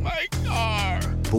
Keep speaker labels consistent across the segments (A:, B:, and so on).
A: My car!
B: but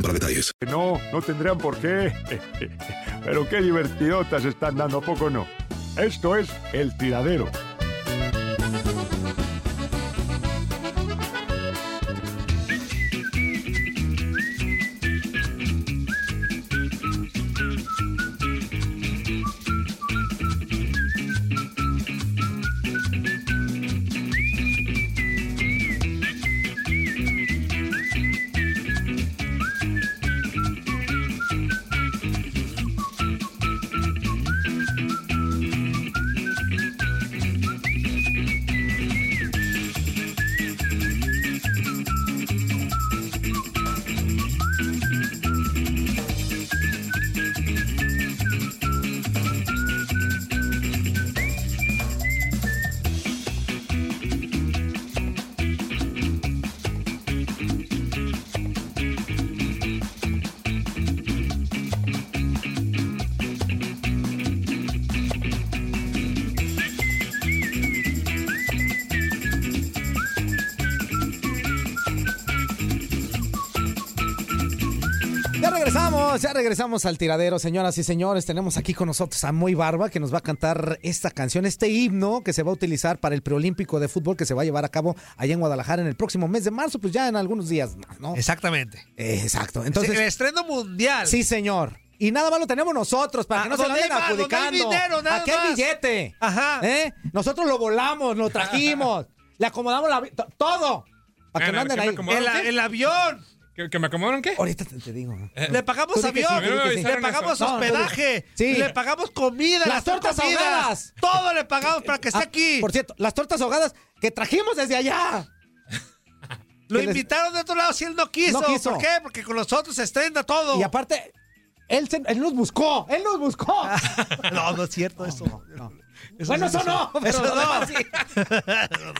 C: para detalles.
D: No, no tendrían por qué. Pero qué divertidotas están dando, ¿a poco no? Esto es El Tiradero.
E: Ya regresamos, ya regresamos al tiradero, señoras y señores. Tenemos aquí con nosotros a Moy Barba que nos va a cantar esta canción, este himno que se va a utilizar para el preolímpico de fútbol que se va a llevar a cabo allá en Guadalajara en el próximo mes de marzo, pues ya en algunos días más, ¿no?
F: Exactamente.
E: Eh, Exacto.
F: Entonces, el
E: Entonces,
F: estreno mundial.
E: sí, señor. Y nada más lo tenemos nosotros para que
F: Ah,
E: no se lo
F: donde
E: anden
F: hay más, donde hay
E: adjudicando.
F: dinero, nada
E: Aquel
F: más.
E: billete.
F: Ajá.
E: ¿eh? Nosotros lo volamos, lo trajimos, le acomodamos la vi- to- todo para
G: Bueno,
E: que no
G: a
E: anden
G: ver,
E: ahí.
G: ¿qué me
F: El,
G: acomodaron?
F: el avión.
G: ¿Que, que me acomodaron qué? Eh,
E: Ahorita te, te digo. ¿no?
F: Eh, Le pagamos
E: Tú di que
F: avión.
E: sí, di que sí.
F: Le pagamos
E: No, no,
F: hospedaje.
E: sí.
F: Le pagamos comida.
E: Las tortas
F: comidas,
E: ahogadas.
F: Todo le pagamos para que esté
E: Ah,
F: aquí.
E: Por cierto, las tortas ahogadas que trajimos desde allá.
F: Lo
E: que les-
F: invitaron de otro lado si él no quiso.
E: No quiso.
F: ¿Por qué? Porque con nosotros se estrena todo.
E: Y aparte, él, se- él nos buscó. Él nos buscó.
F: no, no es cierto eso.
E: No.
F: Eso
E: bueno,
F: es
E: eso no. pero
F: Eso
E: lo
F: no.
E: demás sí.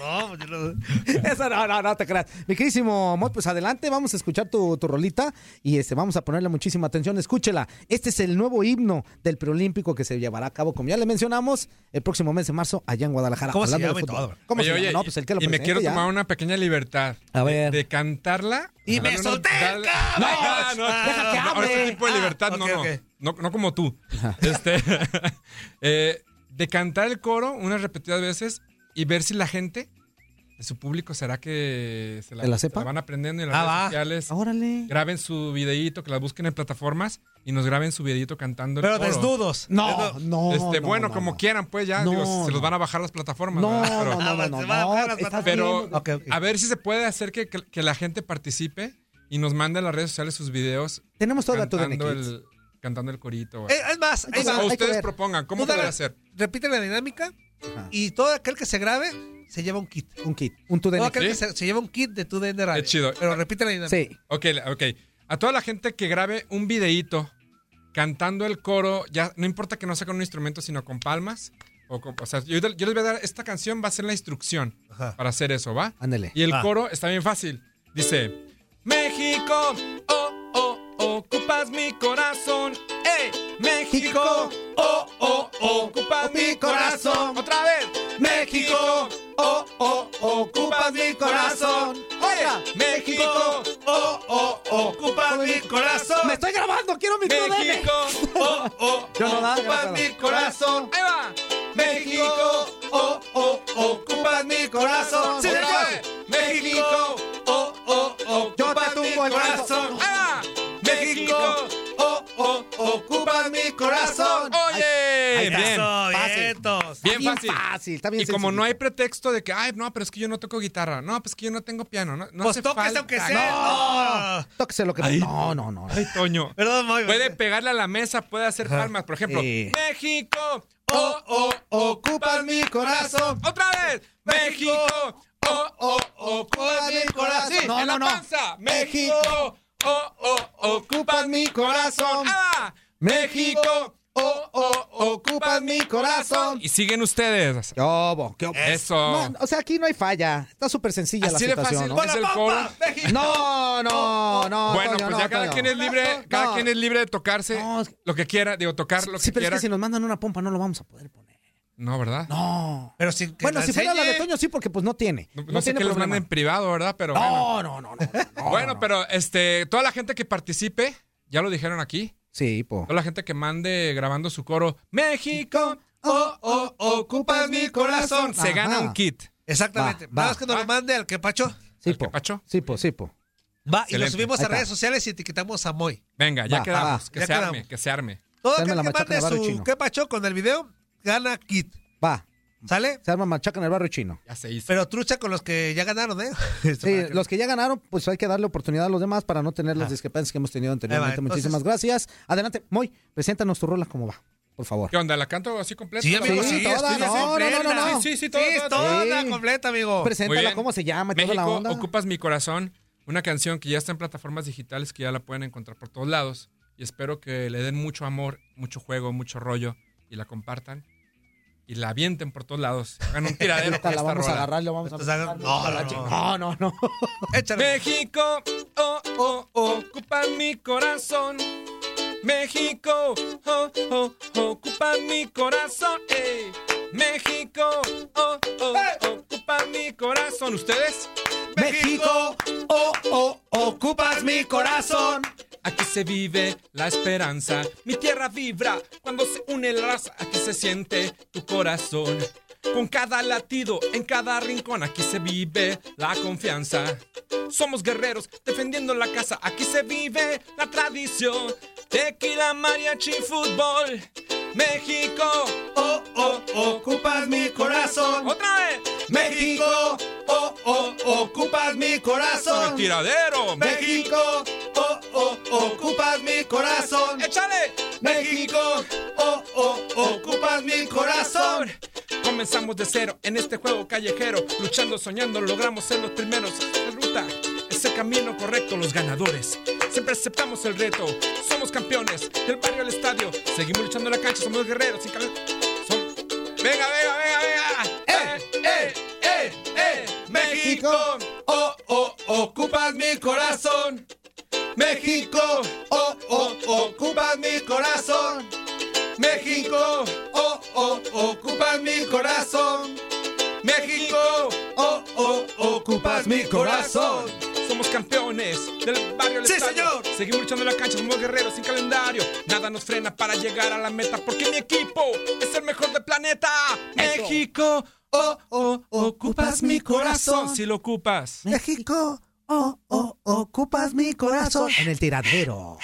F: no, yo no-
E: Eso no, no, no te creas. Mi querísimo Moy, pues adelante, vamos a escuchar tu, tu rolita y este, vamos a ponerle muchísima atención. Escúchela. Este es el nuevo himno del preolímpico que se llevará a cabo, como ya le mencionamos, el próximo mes de marzo allá en Guadalajara.
F: ¿Cómo se
E: Hablando
F: llama
E: de
F: y
E: fútbol.
F: todo?
E: ¿Cómo
G: Oye,
E: se llama?
G: oye,
E: No, pues el que lo
G: y me
E: presente
G: quiero
E: ya.
G: tomar una pequeña libertad.
E: A
G: de-
E: ver.
G: De, cantarla.
F: Y me
G: darle unos-
F: solté el
G: darle-
F: carro.
G: No, no,
F: Ah,
G: no,
F: deja que
G: no,
F: hable.
G: este tipo de
F: Ah,
G: libertad,
F: ok,
G: no, no,
F: ok.
G: no. No como tú. Este, eh, de cantar el coro unas repetidas veces y ver si la gente de su público será que se la,
E: ¿Se la
G: se
E: sepa?
G: van aprendiendo en las
F: Ah,
G: redes
F: va.
G: sociales.
E: Órale.
G: Graben su videíto, que la busquen en plataformas y nos graben su videíto cantando el
F: Pero
G: coro.
F: desnudos.
E: No, no.
G: Este,
E: no,
G: bueno,
E: no,
G: como
E: no.
G: quieran, pues ya
E: No,
G: digo, se
E: no.
G: los van a bajar las plataformas.
E: No,
G: ¿verdad? Pero-
E: no, no, no,
F: Ah,
E: no,
F: se va a bajar
E: no,
F: las
E: estás
G: pero
E: viendo.
F: Ok, ok.
G: a ver si se puede hacer que, que- que la gente participe y nos mande a las redes sociales sus videos
E: Tenemos toda la tu
G: cantando
E: DNK.
G: el, cantando el corito. güey.
F: Eh, Es más, ahí
E: Entonces,
F: va.
G: o
E: hay que
G: ustedes
E: ver.
G: propongan, ¿cómo
F: Tú dale.
G: poder hacer?
F: repite la dinámica
E: Ajá.
F: y todo aquel que se grabe se lleva un kit.
E: Un kit, un tu
F: Todo
E: DNK.
F: aquel que
G: ¿Sí?
F: se, se lleva un kit de tu DN Radio.
G: Qué chido.
F: Pero repite la dinámica.
E: Sí.
G: Ok, la- ok.
F: A toda la gente que grabe un videíto cantando el coro, ya no importa que no sea con un instrumento, sino con palmas. O, con- o sea, yo, yo les voy a dar, esta canción va a ser la instrucción
B: Ajá.
F: para hacer eso, ¿va?
B: Ándale.
F: Y el
B: Va.
F: coro está bien fácil. Dice, México, oh, oh, ocupas mi corazón. ¡Ey! México, oh, oh, ocupas mi corazón. Otra vez. México, oh, oh, ocupas mi corazón. Oiga, México, oh, oh, ocupas mi corazón.
B: Me estoy grabando, quiero mi
F: México, oh, oh,
B: Yo no, dale,
F: ocupas
B: dale,
F: mi
B: dale.
F: corazón. Ahí va. México, oh, oh, ocupas mi corazón.
B: Sí,
F: Otra
B: señor.
F: vez. México, oh, oh, ocupas mi corazón. Ahí va. México, oh, oh, ocupas mi corazón. Oye,
E: Ahí
F: bien.
E: está,
F: Fácil.
E: vientos.
F: Bien
B: Bien
F: fácil.
B: fácil, está bien
F: y como no
B: sencillito.
F: hay pretexto de que, ay, no, pero es que yo no toco guitarra. No, pues que yo no tengo piano. No, no
E: Pues
F: hace
E: toques
F: falta.
E: aunque sea. No.
B: Tóquese lo que.
F: Ahí.
B: No, no, no.
F: Ay, Toño.
E: Perdón, Moy.
F: Puede pegarle a la mesa, puede hacer palmas. Por ejemplo,
B: Sí.
F: México, oh, oh, ocupas mi corazón. Otra vez, México, oh, oh, ocupas mi corazón. Sí,
B: No,
F: en
B: no,
F: la
B: no.
F: panza. México, oh, oh, ocupas mi corazón. Ah, México, oh, oh, ocupas mi corazón. Y siguen ustedes.
B: ¿Qué obo? ¿Qué obo?
F: Eso.
B: No, o sea, aquí no hay falla. Está súper sencilla
F: Así
B: la
F: de fácil
B: situación.
F: es el coro.
B: ¿no? no, no, no.
F: Bueno,
B: Toño,
F: pues
B: no,
F: ya cada
B: Toño.
F: quien es libre, cada
B: No.
F: quien es libre de tocarse
B: No, es-
F: lo que quiera, digo, tocar lo que
B: Sí, pero
F: quiera.
B: es que si nos mandan una pompa no lo vamos a poder poner.
F: No, ¿verdad?
B: No.
E: Pero si, que
B: bueno,
E: la
B: si fuera la de
E: enseñe.
B: Toño sí, porque pues no tiene.
F: No,
B: No,
F: no sé
B: tiene
F: que los
B: problema.
F: manden en privado, ¿verdad? Pero bueno.
B: No, no, no, no. no, no,
F: Bueno,
B: no.
F: pero este, toda la gente que participe, ya lo dijeron aquí,
B: Sí, po.
F: toda la gente que mande grabando su coro, México, oh, oh, ocupas mi corazón, se
B: Ajá.
F: gana un kit.
E: Exactamente.
B: Va,
E: Nada
B: va.
E: más que nos lo mande al que Pacho.
B: Sí,
F: ¿El
B: po.
F: que pacho?
B: Sí, po, sí, po.
E: Va, y lo
F: Excelente.
E: subimos
B: Ahí
E: a
B: está.
E: redes sociales y etiquetamos a Moy.
F: Venga, ya
B: Va,
F: quedamos,
B: va.
F: que
E: Ya
F: se
E: quedamos.
F: echarme, que se arme.
E: Todo
B: Se arma
E: aquel
B: la
E: que
B: machaca
E: mande
B: en el barrio
E: su
B: chino.
E: que Pacho con el video gana kit.
B: Va.
E: ¿Sale?
B: Se arma machaca en el barrio chino.
F: Ya se hizo.
E: Pero trucha con los que ya ganaron, ¿eh?
B: Sí, los que ya ganaron, pues hay que darle oportunidad a los demás para no tener las
E: Ah.
B: discrepancias que hemos tenido anteriormente.
E: Ahí va, entonces-
B: Muchísimas gracias. Adelante, Moy, preséntanos tu rola como va, por favor.
F: ¿Qué onda? ¿La canto así completa?
E: Sí, amigo,
B: Sí,
E: sí,
B: toda,
E: estoy
B: no,
E: así
B: no,
E: plena.
B: no, no.
E: Sí, sí, sí,
F: toda,
E: toda,
F: toda,
E: la
B: Sí.
E: completa, amigo.
F: Muy
B: Preséntala,
F: bien.
B: cómo se llama y toda la
F: México,
B: onda.
F: Ocupas mi corazón, una canción que ya está en plataformas digitales que ya la pueden encontrar por todos lados y espero que le den mucho amor, mucho juego, mucho rollo y la compartan y la avienten por todos lados. Hagan un tiradero
B: Ahorita
F: con
B: la
F: esta
B: vamos a
F: rola.
B: agarrar, lo vamos a
E: Entonces, hagan-
B: no,
F: Ah,
E: no,
B: no, no, no.
E: Échale.
F: pues. México, oh, oh, ocupas mi corazón. México, oh, oh, ocupas mi corazón. ey. México, oh, oh, ocupas mi corazón. ¿Ustedes?
B: México,
F: oh, oh, ocupas mi corazón. Aquí se vive la esperanza, mi tierra vibra cuando se une la raza, aquí se siente tu corazón. Con cada latido, en cada rincón, aquí se vive la confianza. Somos guerreros defendiendo la casa, aquí se vive la tradición. Tequila, mariachi, fútbol. México, oh, oh, ocupas mi corazón. Otra vez. México, oh, oh, ocupas mi corazón. tiradero. México, oh, oh, ocupas mi corazón. Échale. México, oh, oh, ocupas mi corazón. Comenzamos de cero en este juego callejero. Luchando, soñando, logramos ser los primeros. La ruta es el camino correcto, los ganadores. Siempre aceptamos el reto. Somos campeones del barrio al estadio. Seguimos luchando en la cancha, somos guerreros. Sin cabeza. Son- Venga, venga, venga, venga. ¡Eh, eh, eh, eh! México, oh, oh, ocupas mi corazón. México, oh, oh, ocupas mi corazón. México, oh, oh, ocupas mi corazón. México, oh, oh, ocupas mi corazón. Somos campeones del barrio al
E: ¡Sí,
F: estadio.
E: señor!
F: Seguimos luchando en la cancha, somos guerreros sin calendario. Nada nos frena para llegar a la meta porque mi equipo es el mejor del planeta. México, oh, oh, ocupas mi corazón. Si lo ocupas.
B: México, oh, oh, ocupas mi corazón. En el tiradero.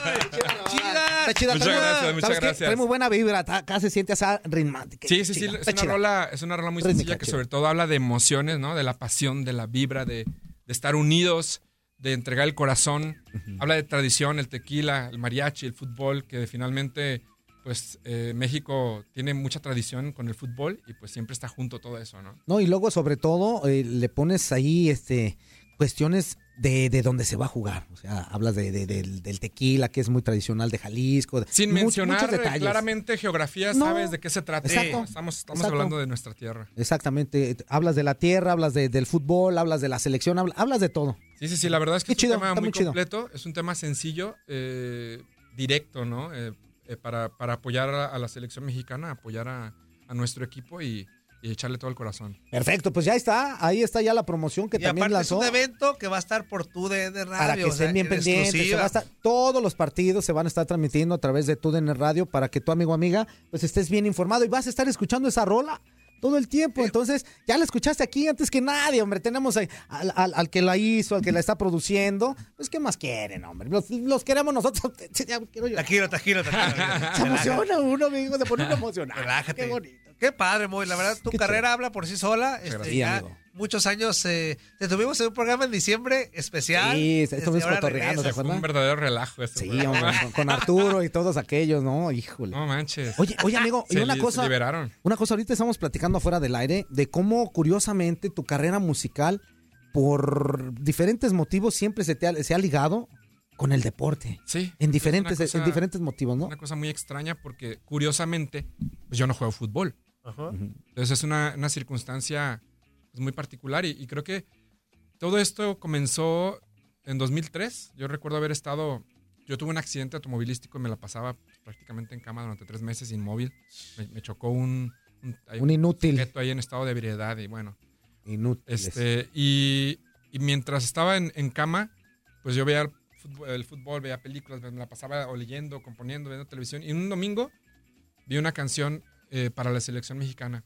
B: Está chida,
F: Muchas
B: trae-
F: gracias, muchas
B: ¿sabes qué?
F: gracias.
B: Trae muy buena vibra, ta- acá se siente esa ritmática.
F: Sí, sí, sí.
B: Chida,
F: Es
B: está
F: una,
B: chida.
F: rola, es una rola muy
B: Rítmica,
F: sencilla que
B: chida.
F: sobre todo habla de emociones, ¿no? De la pasión, de la vibra, de, de estar unidos, de entregar el corazón. Habla de tradición, el tequila, el mariachi, el fútbol, que finalmente, pues, eh, México tiene mucha tradición con el fútbol y pues siempre está junto todo eso, ¿no?
B: No, y luego sobre todo eh, le pones ahí este cuestiones de, de dónde se va a jugar. O sea, hablas de, de- del, del tequila, que es muy tradicional de Jalisco. de-
F: Sin
B: mu-
F: mencionar
B: muchos
F: eh,
B: detalles.
F: claramente geografía,
B: No,
F: sabes de qué se trata.
B: exacto,
F: estamos estamos
B: exacto.
F: hablando de nuestra tierra.
B: Exactamente. Hablas de la tierra, hablas de- del fútbol, hablas de la selección, habl- hablas de todo.
F: Sí, sí, sí, la verdad es que
B: Qué
F: es
B: chido,
F: un tema
B: está
F: muy
B: muy chido.
F: completo, es un tema sencillo, eh, directo, ¿no? Eh, eh, para, para apoyar a, a la selección mexicana, apoyar a, a nuestro equipo y, y echarle todo el corazón.
B: Perfecto, pues ya está, ahí está ya la promoción que
F: Y
B: también
F: aparte
E: Es
B: lanzó.
E: un evento que va a estar por tu de, Radio.
B: Para que
E: o sea,
B: estén bien
E: en
B: pendientes, se
E: exclusiva.
B: va a estar- todos los partidos se van a estar transmitiendo a través de TUDN Radio para que tu amigo o amiga pues estés bien informado y vas a estar escuchando esa rola todo el tiempo. Entonces, ya la escuchaste aquí antes que nadie, hombre. Tenemos ahí al, al- al que la hizo, al que la está produciendo. Pues, ¿qué más quieren, hombre? Los, los queremos nosotros. Ya quiero llorar.
E: Tranquilo, tranquilo, tranquilo.
B: Se emociona uno, amigo, se pone uno emocionado.
E: Relájate.
B: Qué bonito.
E: Qué padre, Moy. La verdad, tu carrera habla por sí sola. Este,
B: gracias. Sí,
E: ya
B: amigo.
E: muchos años. eh, te tuvimos en un programa en diciembre especial.
B: Sí,
E: Este,
B: estuvimos
E: ahora
B: cotorreando, ¿te
E: regresas.
B: acuerdas?
F: Un verdadero relajo este.
B: Sí,
F: programa.
B: hombre, con, con Arturo y todos aquellos, ¿no? Híjole.
F: No manches.
B: Oye, oye, amigo, y
F: Se
B: una
F: li- se
B: cosa.
F: liberaron.
B: Una cosa, ahorita estamos platicando afuera del aire de cómo, curiosamente, tu carrera musical, por diferentes motivos, siempre se, te ha, se ha ligado con el deporte.
F: Sí.
B: En diferentes,
F: Es una cosa-
B: en diferentes motivos, ¿no?
F: Una cosa muy extraña porque, curiosamente, pues yo no juego fútbol. Entonces es una, una circunstancia pues, muy particular y, y creo que todo esto comenzó en 2003. Yo recuerdo haber estado, yo tuve un accidente automovilístico y me la pasaba pues, prácticamente en cama durante tres meses inmóvil. Me, me chocó un... hay
B: Un inútil.
F: sujeto ahí en estado de ebriedad y bueno.
B: Inútiles.
F: Este, y, y mientras estaba en, en cama, pues yo veía el fútbol, el fútbol, veía películas, me la pasaba o leyendo, componiendo, viendo televisión. Y un domingo vi una canción eh, para la selección mexicana.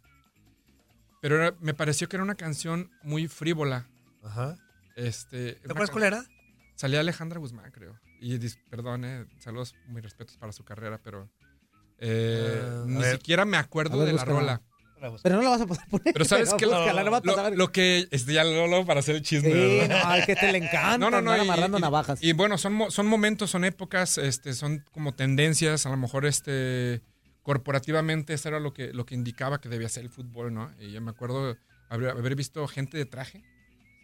F: Pero era- me pareció que era una canción muy frívola.
E: Ajá.
F: Este, ¿Te
E: acuerdas cuál era?
F: Salía Alejandra Guzmán, creo. Y dis- perdón, eh, saludos, mis respetos para su carrera, pero eh,
E: Ah, a
F: ni
E: ver.
F: siquiera me acuerdo
B: A ver,
F: de la
B: búscala.
F: rola.
B: Pero no la vas a poder poner.
F: Pero sabes que lo,
B: búscala, no va a
F: lo,
B: pasar.
F: lo que este ya lo, lo para hacer el chisme.
B: Sí,
F: ¿verdad?
B: no, al que te le encanta andar amarrando navajas.
F: Y bueno, son, mo- son momentos, son épocas, este, son como tendencias, a lo mejor este corporativamente eso era lo que, lo que indicaba que debía ser el fútbol, ¿no? Y yo me acuerdo haber, haber visto gente de traje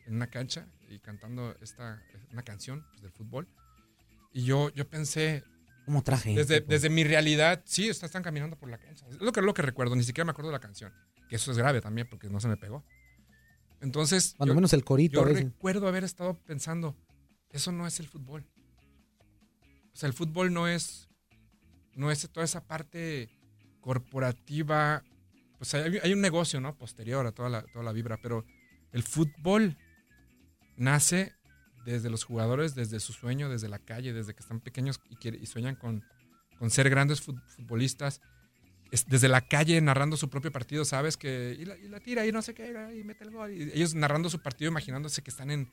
F: en una cancha y cantando esta una canción pues, del fútbol. Y yo, yo pensé,
B: ¿Cómo traje?
F: desde, desde mi realidad, sí, está- están caminando por la cancha. Es lo que, lo que recuerdo, ni siquiera me acuerdo de la canción. Que eso es grave también porque no se me pegó. Entonces.
B: Cuando menos el corito
F: Yo
B: a veces.
F: recuerdo haber estado pensando, eso no es el fútbol. O sea, el fútbol no es. No es toda esa parte corporativa. Pues hay, hay un negocio, ¿no? Posterior a toda la, toda la vibra, pero el fútbol nace desde los jugadores, desde su sueño, desde la calle, desde que están pequeños y, quiere- y sueñan con, con ser grandes fut- futbolistas. Es desde la calle narrando su propio partido, ¿sabes? Que, y, la, y la tira y no sé qué, y mete el gol. Y ellos narrando su partido, imaginándose que están en,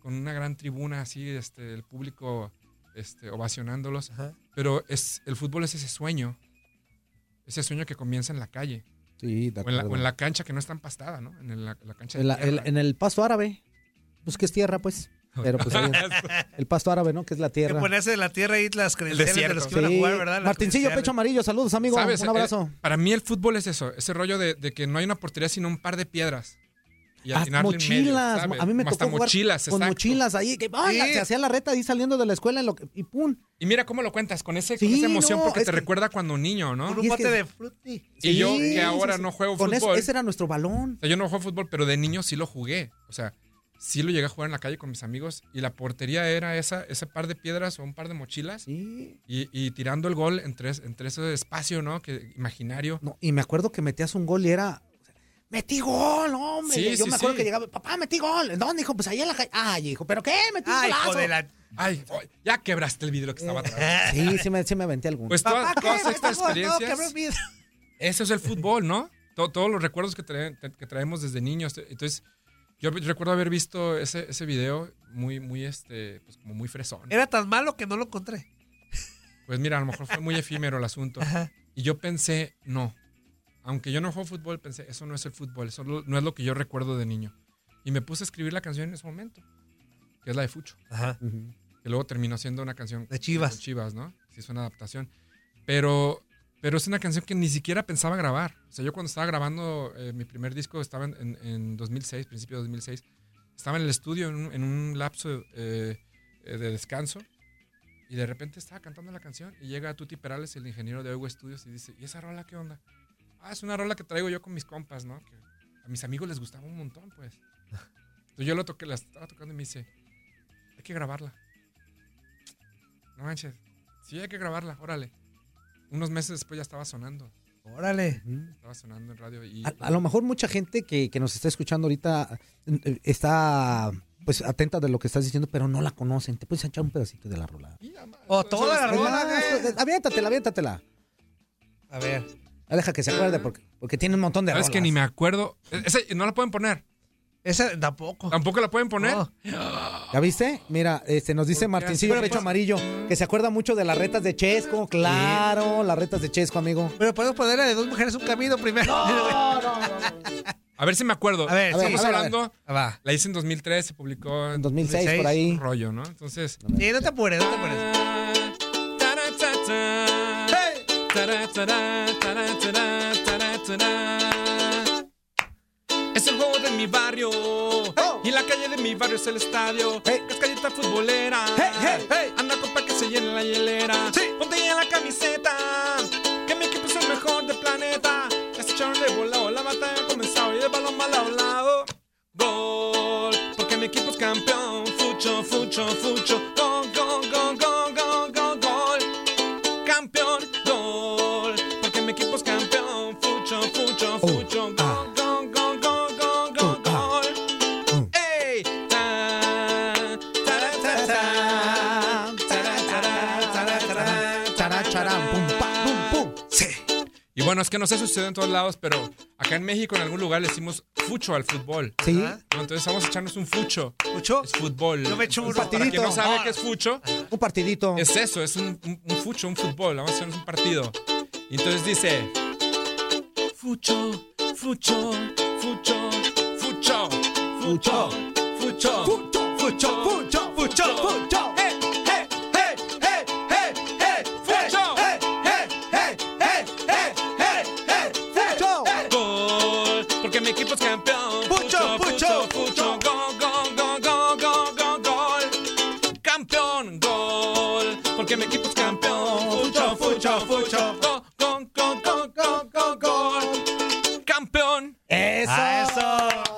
F: con una gran tribuna así, este, el público este, ovacionándolos. Pero es, el fútbol es ese sueño, ese sueño que comienza en la calle.
B: Sí, de
F: o, en la,
B: acuerdo.
F: o en la cancha que no está empastada, ¿no? En la, la cancha de
B: En, la-
F: tierra.
B: el, en el pasto árabe. Pues que es tierra, pues. Pero pues ahí- el pasto árabe, ¿no? Que es la
E: Que
B: tierra.
E: ponerse de la tierra y las credenciales de los que iban a
B: Sí.
E: jugar, ¿verdad? Las
B: Martincillo
E: credenciales.
B: Pecho Amarillo, saludos, amigo.
F: ¿Sabes?
B: Un abrazo.
F: Eh, para mí el fútbol es eso, ese rollo de, de que no hay una portería sino un par de piedras. Y
B: Haz
F: atinarle en medio,
B: mochilas,
F: ¿sabes?
B: a mí me
F: Como hasta
B: tocó jugar
F: mochilas,
B: con
F: exacto.
B: mochilas ahí, que ¡ay!
F: Sí.
B: se hacía la reta ahí saliendo de la escuela en lo que- y pum.
F: Y mira cómo lo cuentas, con, ese, con
B: Sí,
F: esa emoción
B: no,
F: porque
B: es
F: te
B: que-
F: recuerda cuando niño, ¿no?
B: Con un Y es bote que- de
E: frutti.
F: Y yo
B: Sí,
F: que ahora
B: sí, sí.
F: no juego
B: Con eso,
F: fútbol.
B: ese era nuestro balón.
F: o sea, yo no juego fútbol, pero de niño sí lo jugué. O sea, sí lo llegué a jugar en la calle con mis amigos y la portería era esa, ese par de piedras o un par de mochilas y, y tirando el gol entre, es- entre ese espacio, ¿no? Que, imaginario.
B: No, y me acuerdo que metías un gol y era. ¡Metí gol, hombre!
F: Sí,
B: yo
F: sí,
B: me acuerdo
F: sí.
B: que llegaba, papá, metí gol. ¿En ¿Dónde, hijo? Pues ahí en la calle. ¡Ay, hijo! ¿Pero qué? ¡Metí un
F: Ay, hijo
B: golazo!
F: de la- Ay, ay, ya quebraste el vidrio que estaba
B: Eh.
F: atrás.
B: Sí, sí me, sí me aventé alguno.
F: Pues todas,
B: Papá, ¿qué?
F: todas estas
B: Metí gol. No,
F: experiencias.
B: quebró el vidrio.
F: Eso es el fútbol, ¿no? To- todos los recuerdos que, trae- que traemos desde niños. Entonces, yo recuerdo haber visto ese, ese video muy, muy, este, pues como muy fresón.
E: Era tan malo que no lo encontré.
F: Pues mira, a lo mejor fue muy efímero el asunto. Y yo pensé, no. Aunque yo no juego fútbol, pensé, eso no es el fútbol, eso lo- no es lo que yo recuerdo de niño. Y me puse a escribir la canción en ese momento, que es la de Fucho.
E: Ajá.
B: Ujú.
F: Que luego terminó siendo una canción.
E: De Chivas.
F: con Chivas, ¿no? Sí, es una adaptación. Pero, pero es una canción que ni siquiera pensaba grabar. O sea, yo cuando estaba grabando eh, mi primer disco, estaba en, en- en 2006, principio de 2006, Estaba en el estudio en un, en un lapso eh, eh, de descanso y de repente estaba cantando la canción y llega Tuti Perales, el ingeniero de Oigo Studios, y dice, ¿y esa rola qué onda? Ah, es una rola que traigo yo con mis compas, ¿no? Que a mis amigos les gustaba un montón, pues. Entonces yo lo toqué, la estaba tocando y me dice, hay que grabarla. No manches, sí hay que grabarla, órale. Unos meses después ya estaba sonando.
B: Órale.
F: Estaba sonando en radio y...
B: A, a lo mejor mucha gente que, que nos está escuchando ahorita eh, está pues atenta de lo que estás diciendo, pero no la conocen. Te puedes echar un pedacito de la rola.
E: O toda la rola,
B: Ah,
E: güey.
B: Aviéntatela, aviéntatela.
E: A ver.
B: Ah, Deja que se acuerde porque, porque tiene un montón de
F: ¿Sabes
B: rolas.
F: que ni me acuerdo? E- Esa no la pueden poner.
E: Esa tampoco.
F: ¿Tampoco la pueden poner?
E: No.
B: ¿Ya viste? Mira, este, nos dice Martincillo
E: Pero,
B: Pecho
E: pues,
B: Amarillo que se acuerda mucho de las retas de Chesco. Claro, las retas de Chesco, amigo.
E: Pero podemos poner la de dos mujeres un camino primero. No,
F: A ver si me acuerdo.
E: A ver,
B: A ver,
F: estamos
B: a ver, a ver.
F: hablando...
E: Va.
F: La hice en 2003, se publicó
B: En
F: en
B: 2006, por
E: 16.
B: ahí.
F: rollo, ¿no? Entonces...
E: Sí, no te apures, no te apures.
F: Es el juego de mi barrio y la calle de mi barrio es el estadio.
B: Oh. Hey.
F: Es calleta futbolera.
B: hey, hey.
F: Anda copa que se llene la hielera. Ponte ya la camiseta. Que mi equipo es el mejor del planeta. Ya se echaron de volado, la batalla ha comenzado y el balón va a un lado. Gol, porque mi equipo es campeón. Fucho, fucho, fucho. Gol, gol, gol, gol, gol, gol, gol campeón, gol. Porque mi equipo es campeón, fucho, fucho, fucho, gol, gol, gol, gol, gol, gol, gol. Ey, tan, tara, tara, tan, tara, tara, tara, tara,
B: Chará, chará, pum, pa, pum, pum.
F: Y bueno, es que no sé si sucede en todos lados, pero acá en México en algún lugar le decimos fucho al fútbol.
B: Sí.
E: Ajá.
F: ¿no? Entonces vamos a echarnos un fucho.
E: ¿Escuchó?
F: Es fútbol.
E: Yo me echo
F: Entonces,
E: uno.
F: Para quien no
B: Partidito.
F: sabe qué es fucho,
B: Un partidito.
F: es eso, es un, un- un fucho, un fútbol, vamos a hacernos un partido. Y entonces dice, fucho, fucho, fucho, fucho, fucho, fucho, fucho, fucho, fucho, fucho, fucho, eh, eh, eh, eh, eh, eh, fucho, eh, eh, eh, eh, eh, eh, eh, fucho. Gol, porque mi equipo es campeón. Fucho, fucho, fucho, gol, gol, gol, gol, gol, gol, gol campeón, gol, porque mi equipo es campeón. Fucho, fucho, fucho, gol, gol, gol, gol, gol, gol, gol. Campeón.
B: Eso.
E: ¡A Ah, eso!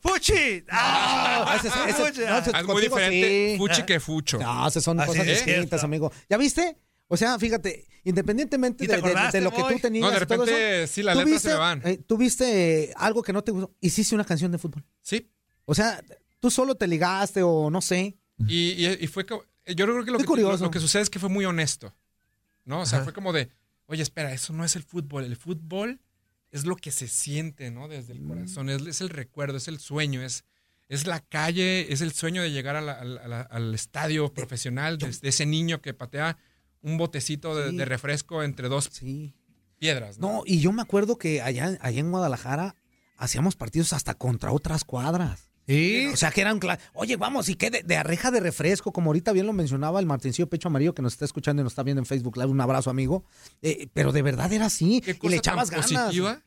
E: ¡Fuchi! ¡Ah!
B: Ese es- ese-
E: Fuchi.
B: no, ese-
F: Es muy
B: contigo
F: diferente
B: sí.
F: fuchi que fucho.
B: No, esas Ah, son
E: Así
B: cosas
E: es,
B: distintas,
E: cierto.
B: amigo. ¿Ya viste? O sea, fíjate, independientemente
E: ¿Y te
B: de, de- de
E: acordaste,
B: lo que
E: boy?
B: tú tenías.
F: No, de
B: y todo
F: repente,
B: eso,
F: sí, las
B: tú
F: letras
B: viste,
F: se me van.
B: eh, Tuviste algo que no te gustó. Hiciste una canción de fútbol.
F: Sí.
B: O sea, tú solo te ligaste o no sé.
F: Y, y- y fue como. Yo creo que lo
B: Qué
F: que,
B: curioso.
F: lo- lo que sucede es que fue muy honesto. ¿No? O sea,
E: Ajá.
F: fue como de. Oye, espera, eso no es el fútbol. El fútbol es lo que se siente, ¿no? Desde el corazón. Es, es el recuerdo, es el sueño, es, es la calle, es el sueño de llegar a la- a la- a la- al estadio profesional de, de ese niño que patea un botecito de,
B: Sí.
F: de refresco entre dos
B: Sí.
F: piedras, ¿no?
B: No, y yo me acuerdo que allá, allá en Guadalajara hacíamos partidos hasta contra otras cuadras.
E: Sí.
B: O sea, que eran cla- Oye, vamos, y que de, de arreja de refresco, como ahorita bien lo mencionaba el Martincillo Pecho Amarillo que nos está escuchando y nos está viendo en Facebook Live. Un abrazo, amigo. Eh, pero de verdad era así.
F: Qué
B: Y
F: cosa
B: le echabas
F: tan
B: ganas.
F: positiva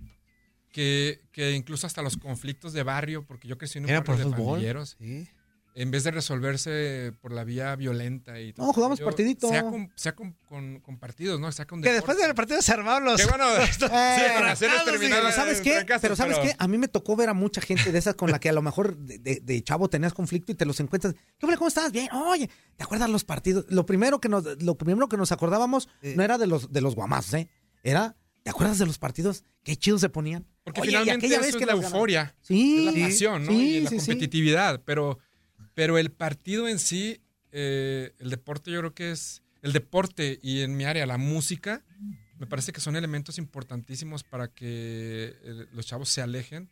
F: que, que incluso hasta los conflictos de barrio, porque yo crecí en un
E: Era
F: barrio
E: por
F: de
E: fútbol.
F: pandilleros,
E: Sí.
F: en vez de resolverse por la vía violenta y todo.
B: No, jugamos
F: Yo-
B: partidito.
F: Sea con, sea con, con- con partidos, ¿no? Sea con
E: Que después del
F: deporte.
E: partido se armaron los.
F: Que bueno, sí, para hacerles
E: rascados y-
F: terminar
B: Pero
F: las
B: ¿sabes qué?
F: fracasos,
B: Pero ¿sabes qué? A mí me tocó ver a mucha gente de esas con la que a lo mejor de, de- de chavo tenías conflicto y te los encuentras. ¿Qué hombre, cómo estás? Bien. Oye, ¿te acuerdas los partidos? Lo primero que nos lo primero que nos acordábamos
E: Eh.
B: no era de los de los guamazos, ¿eh? Era ¿Te acuerdas de los partidos? Qué chidos se ponían.
F: Porque
B: Oye, y
F: finalmente
B: aquella
F: eso
B: vez
F: es
B: que
F: la
B: las ganamos.
F: euforia,
B: Sí,
F: es
B: sí,
F: la pasión, ¿no?
B: sí,
F: y la
B: sí, sí.
F: competitividad. Pero, pero el partido en sí, eh, el deporte yo creo que es... El deporte y en mi área la música, me parece que son elementos importantísimos para que eh, los chavos se alejen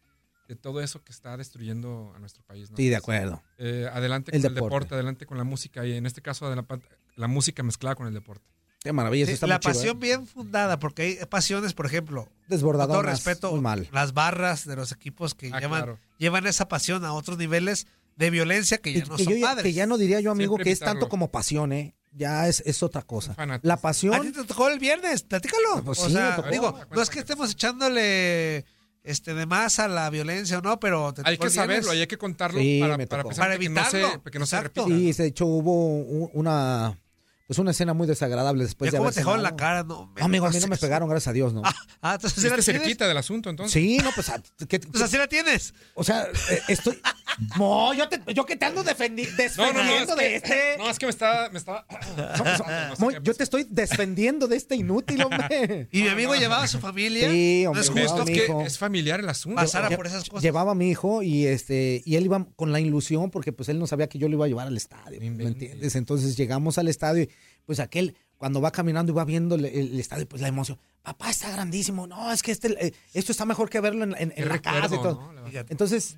F: de todo eso que está destruyendo a nuestro país. ¿no?
B: Sí, de acuerdo.
F: Eh, adelante
B: El
F: con el
B: deporte.
F: deporte. adelante con la música y en este caso adelante la música mezclada con el deporte.
B: Qué maravilla, eso
E: Sí,
B: está
E: la
B: muy chido,
E: pasión
B: ¿eh?
E: bien fundada, porque hay pasiones, por ejemplo, con
B: desbordadoras.
E: todo respeto,
B: muy mal.
E: las barras de los equipos que
F: Ah,
E: llevan,
F: claro.
E: llevan esa pasión a otros niveles de violencia que ya
B: Y
E: no
B: que,
E: son
B: yo ya,
E: padres.
B: que ya no diría yo, amigo,
F: Siempre
B: que es
F: evitarlo.
B: tanto como pasión, ¿eh? Ya es, es otra cosa.
F: Fanatismo.
B: La
E: A ti
B: pasión.
E: te tocó el viernes, platícalo.
B: Pues
E: o
B: sí,
E: sea,
B: me tocó.
E: digo, no es que estemos echándole este, de más a la violencia o no, pero te
F: Hay
E: tocó
F: que
E: el
F: saberlo,
E: viernes.
F: hay que contarlo
B: Sí,
F: para,
B: me
F: para,
B: tocó.
F: precisamente
E: Para
F: que no se-
E: evitarlo,
F: que no se
E: exacto.
F: repita.
B: Sí, de hecho hubo u- una pues una escena muy desagradable después
E: Ya
B: de
E: cómo
B: haber
E: te dejó en la
B: cenado.
E: cara, no.
B: No, amigo, a mí no
E: hagas
B: me
E: eso.
B: pegaron, gracias a Dios, ¿no?
E: Ah, entonces sí la
F: Estás
E: tienes.
F: cerquita este del asunto, entonces.
B: Sí, no, pues, a- ¿qué- qué-
E: Pues así la tienes.
B: o sea, eh, estoy... No, yo, te- yo que te ando defendi-
F: No, no, no.
B: defendiendo de
F: es que-
B: este...
F: No, es que me estaba. Me estaba... No sé
B: Moy,
F: qué
B: yo te estoy defendiendo de este inútil, hombre.
E: Y mi
F: No,
E: amigo
F: no, no.
E: llevaba a su familia.
B: Sí,
E: no es
B: hombre,
E: justo
B: no,
E: que
B: amigo.
F: Pues, que es familiar el asunto.
E: pasara
B: Lle-
E: por esas cosas.
B: Llevaba a mi hijo y este y él iba con la ilusión porque pues él no sabía que yo lo iba a llevar al estadio,
F: No
B: ¿me
F: inventes.
B: entiendes? Entonces llegamos al estadio y pues aquel cuando va caminando y va viendo el, el estadio pues la emoción, papá está grandísimo, no es que este eh, esto está mejor que verlo en, en-
F: Qué
B: en la
F: recuerdo,
B: casa y todo.
F: ¿no? La verdad.
B: Entonces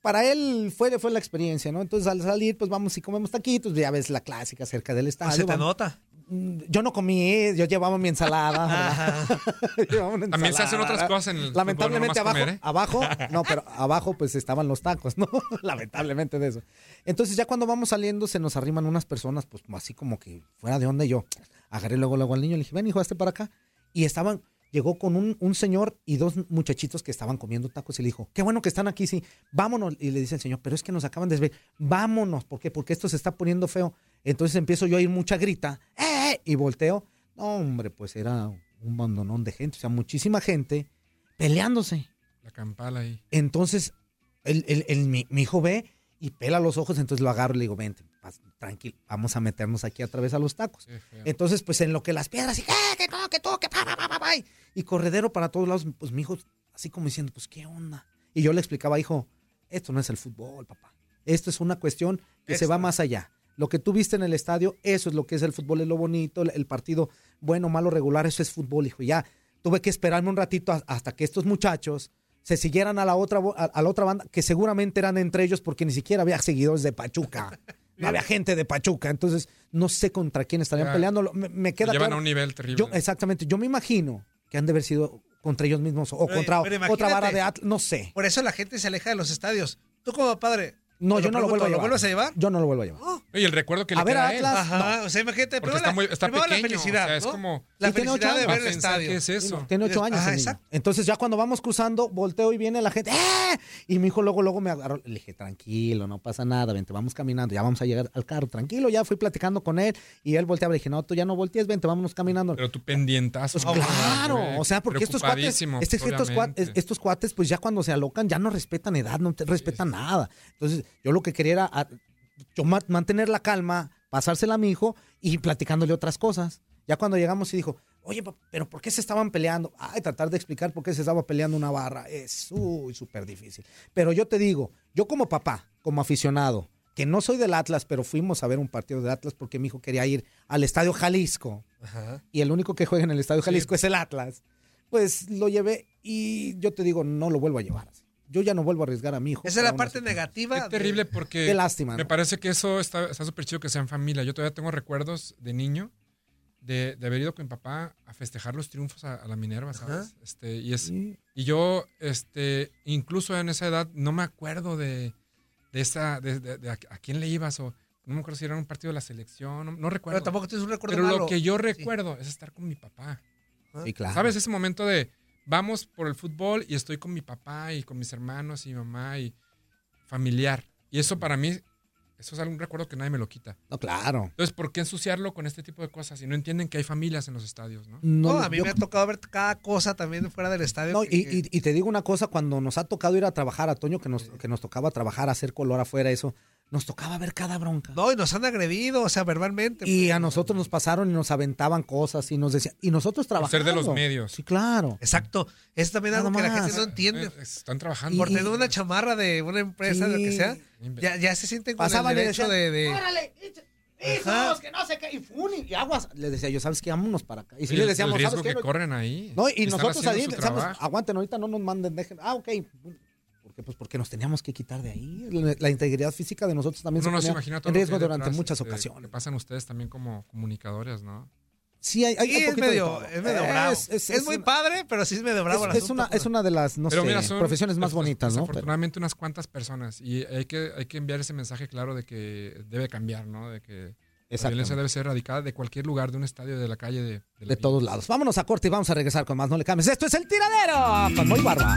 B: para él fue, fue la experiencia, ¿no? Entonces al salir pues vamos y comemos taquitos, ya ves la clásica cerca del
E: Pues
B: estadio.
E: se te
B: vamos-
E: nota.
B: Mm, Yo no comí, eh, yo llevaba mi ensalada. ¿verdad? Llevaba una
F: También se hacen
B: ensalada,
F: otras
B: ¿verdad?
F: cosas en el fútbol,
B: Lamentablemente
F: no nomás comer, ¿eh?
B: abajo, abajo, no, pero abajo pues estaban los tacos, ¿no? Lamentablemente de eso. Entonces ya cuando vamos saliendo se nos arriman unas personas pues así como que fuera de onda y yo agarré luego luego al niño y le dije, "Ven, hijo, hazte para acá." Y estaban llegó con un, un señor y dos muchachitos que estaban comiendo tacos y le dijo, "Qué bueno que están aquí, sí. Vámonos." Y le dice el señor, "Pero es que nos acaban de ver. Vámonos, ¿por qué? Porque esto se está poniendo feo." Entonces empiezo yo a ir mucha grita, "¡Eh, eh!", y volteo. No, hombre, pues era un bandonón de gente, o sea, muchísima gente peleándose.
F: La campala ahí.
B: Entonces, el, el- el- mi, mi hijo ve y pela los ojos, entonces lo agarro y le digo, vente, pas- tranquilo, vamos a meternos aquí a través a los tacos.
F: Qué feo.
B: Entonces, pues en lo que las piedras, y que, que no, que todo, que pa, pa, pa, pa, pa, y- y corredero para todos lados, pues mi hijo, así como diciendo, pues qué onda. Y yo le explicaba, hijo, esto no es el fútbol, papá. Esto es una cuestión que se va más allá. Lo que tú viste en el estadio, eso es lo que es el fútbol, es lo bonito, el, el partido bueno, malo, regular, eso es fútbol, hijo. Y Ya tuve que esperarme un ratito a- hasta que estos muchachos se siguieran a la otra bo- a, a la otra banda, que seguramente eran entre ellos porque ni siquiera había seguidores de Pachuca. No había gente de Pachuca, entonces no sé contra quién estarían
F: Ya.
B: peleando. Lo- Me, me
F: Lo
B: queda
F: llevan
B: claro.
F: a un nivel terrible.
B: Yo, eh, exactamente, yo me imagino que han de haber sido contra ellos mismos o
E: Pero-
B: contra
E: pero
B: otra vara
E: imagínate.
B: de Atlas, no sé.
E: Por eso la gente se aleja de los estadios. Tú como padre.
B: No,
E: te
B: yo no lo
E: pregunto,
B: vuelvo a
E: ¿Lo
B: llevar.
E: vuelves a llevar?
B: Yo no lo vuelvo a llevar.
E: No.
F: y el recuerdo que
B: A
F: le
B: ver,
F: queda a él.
B: Atlas,
E: Ajá, o sea, imagínate, primero,
F: Porque está
E: la,
F: muy- está
E: primero
F: pequeño,
E: la felicidad,
F: o sea, es
E: ¿no?
F: como-
E: La
B: Y tiene ocho
E: felicidad de
B: años.
E: ver el estadio.
F: ¿Qué es eso?
B: Tiene ocho
E: Ajá,
B: años. el niño.
E: exacto.
B: Entonces ya cuando vamos cruzando, volteo y viene la gente. ¡eh! Y mi hijo luego, luego me agarró. Le dije, tranquilo, no pasa nada, vente, vamos caminando, ya vamos a llegar al carro, tranquilo. Ya fui platicando con él y él volteaba. Le dije, no, tú ya no voltees, vente, vámonos caminando.
F: Pero tu pendientazo.
B: Pues
F: ¿no?
B: claro,
F: Güey,
B: o sea, porque estos cuates,
F: preocupadísimo,
B: este- estos, cua-
F: obviamente.
B: es- estos cuates, pues ya cuando se alocan, ya no respetan edad, no te respetan nada. Entonces, yo lo que quería era a- yo ma- mantener la calma, pasársela a mi hijo y platicándole otras cosas. Ya cuando llegamos y dijo, oye, pa- pero ¿por qué se estaban peleando? Ay, tratar de explicar por qué se estaba peleando una barra es uy, súper difícil. Pero yo te digo, yo como papá, como aficionado, que no soy del Atlas, pero fuimos a ver un partido del Atlas porque mi hijo quería ir al Estadio Jalisco y el único que juega en el Estadio Jalisco es el Atlas, pues lo llevé y yo te digo, no lo vuelvo a llevar. así. Yo ya no vuelvo a arriesgar a mi hijo.
E: Esa es
B: para
E: la
B: una
E: parte
B: situación.
E: negativa.
F: Qué
E: de-
F: terrible porque.
B: Qué lástima.
F: Me
B: ¿no?
F: parece que eso está está súper chido que sea en familia. Yo todavía tengo recuerdos de niño de, de haber ido con mi papá a festejar los triunfos a, a la Minerva, ¿sabes? Este, y, es,
B: Sí.
F: y yo, este, incluso en esa edad, no me acuerdo de, de esa, de, de- de a, a quién le ibas o no me acuerdo si era un partido de la selección, no, no recuerdo.
E: Pero tampoco tienes un recuerdo
F: Pero lo
E: malo.
F: que yo recuerdo es estar con mi papá.
B: Sí, claro.
F: ¿Sabes? Ese momento de vamos por el fútbol y estoy con mi papá y con mis hermanos y mi mamá y familiar. Y eso para mí, eso es algún recuerdo que nadie me lo quita.
B: No, claro.
F: Entonces, ¿por qué ensuciarlo con este tipo de cosas? Y no entienden que hay familias en los estadios, ¿no?
E: No,
B: lo-
E: a mí
B: yo-
E: me ha tocado ver cada cosa también fuera del estadio.
B: no,
E: que-
B: y,
E: que-
B: y- y te digo una cosa, cuando nos ha tocado ir a trabajar a Toño, que nos, que nos tocaba trabajar, hacer color afuera, eso, nos tocaba ver cada bronca.
E: no, y nos han agredido, o sea, verbalmente. pues.
B: y a nosotros nos pasaron y nos aventaban cosas y nos decían, y nosotros
F: Por
B: trabajamos.
F: ser de los medios.
B: Sí, claro.
E: Exacto. Es también algo
B: Nada
E: que la
B: más.
E: gente no entiende.
F: Eh, Están trabajando.
E: Por
B: y-
E: tener una chamarra de una empresa, de lo que
B: Sí.
E: sea, ya, ya se sienten con
B: Pasaban y
E: el derecho
B: decían,
E: de... de-
B: ¡Órale! y- y
E: Ajá.
B: somos que no sé qué, y fun, y aguas. Le decía yo, ¿sabes qué? Vámonos para acá. Y si
F: Y
B: le
F: el-
B: decíamos,
F: el riesgo
B: ¿sabes qué?
F: que corren ahí.
B: No, y
F: Están
B: nosotros ahí,
F: haciendo su
B: ¿sabes?
F: trabajo.
B: aguanten, ahorita no nos manden, dejen. Ah, ok. Porque, pues, porque nos teníamos que quitar de ahí. La, la integridad física de nosotros también
F: Uno no
B: se
F: se
B: ponía
F: imagina todo
B: en
F: lo que
B: riesgo
F: hay
B: durante
F: detrás,
B: muchas
F: este,
B: ocasiones.
F: que pasan ustedes también como comunicadores, ¿no?
B: Sí, hay, hay
E: Sí,
B: un
E: es
B: poquito de
E: medio,
B: todo.
E: es medio bravo. Es, muy
B: una-
E: padre, pero sí es medio bravo el
B: es- es
E: asunto,
B: una,
E: pues.
B: es una de las, no sé,
F: son pues,
B: profesiones más
F: des-
B: bonitas, ¿no? Pero-
F: Desafortunadamente unas cuantas personas y hay que, hay que enviar ese mensaje claro de que debe cambiar, ¿no? De que La violencia debe ser erradicada de cualquier lugar, de un estadio, de la calle, de,
B: de, de todos lados. Vámonos a corte y vamos a regresar con más. No le cambies. Esto es el tiradero con Moy Barba.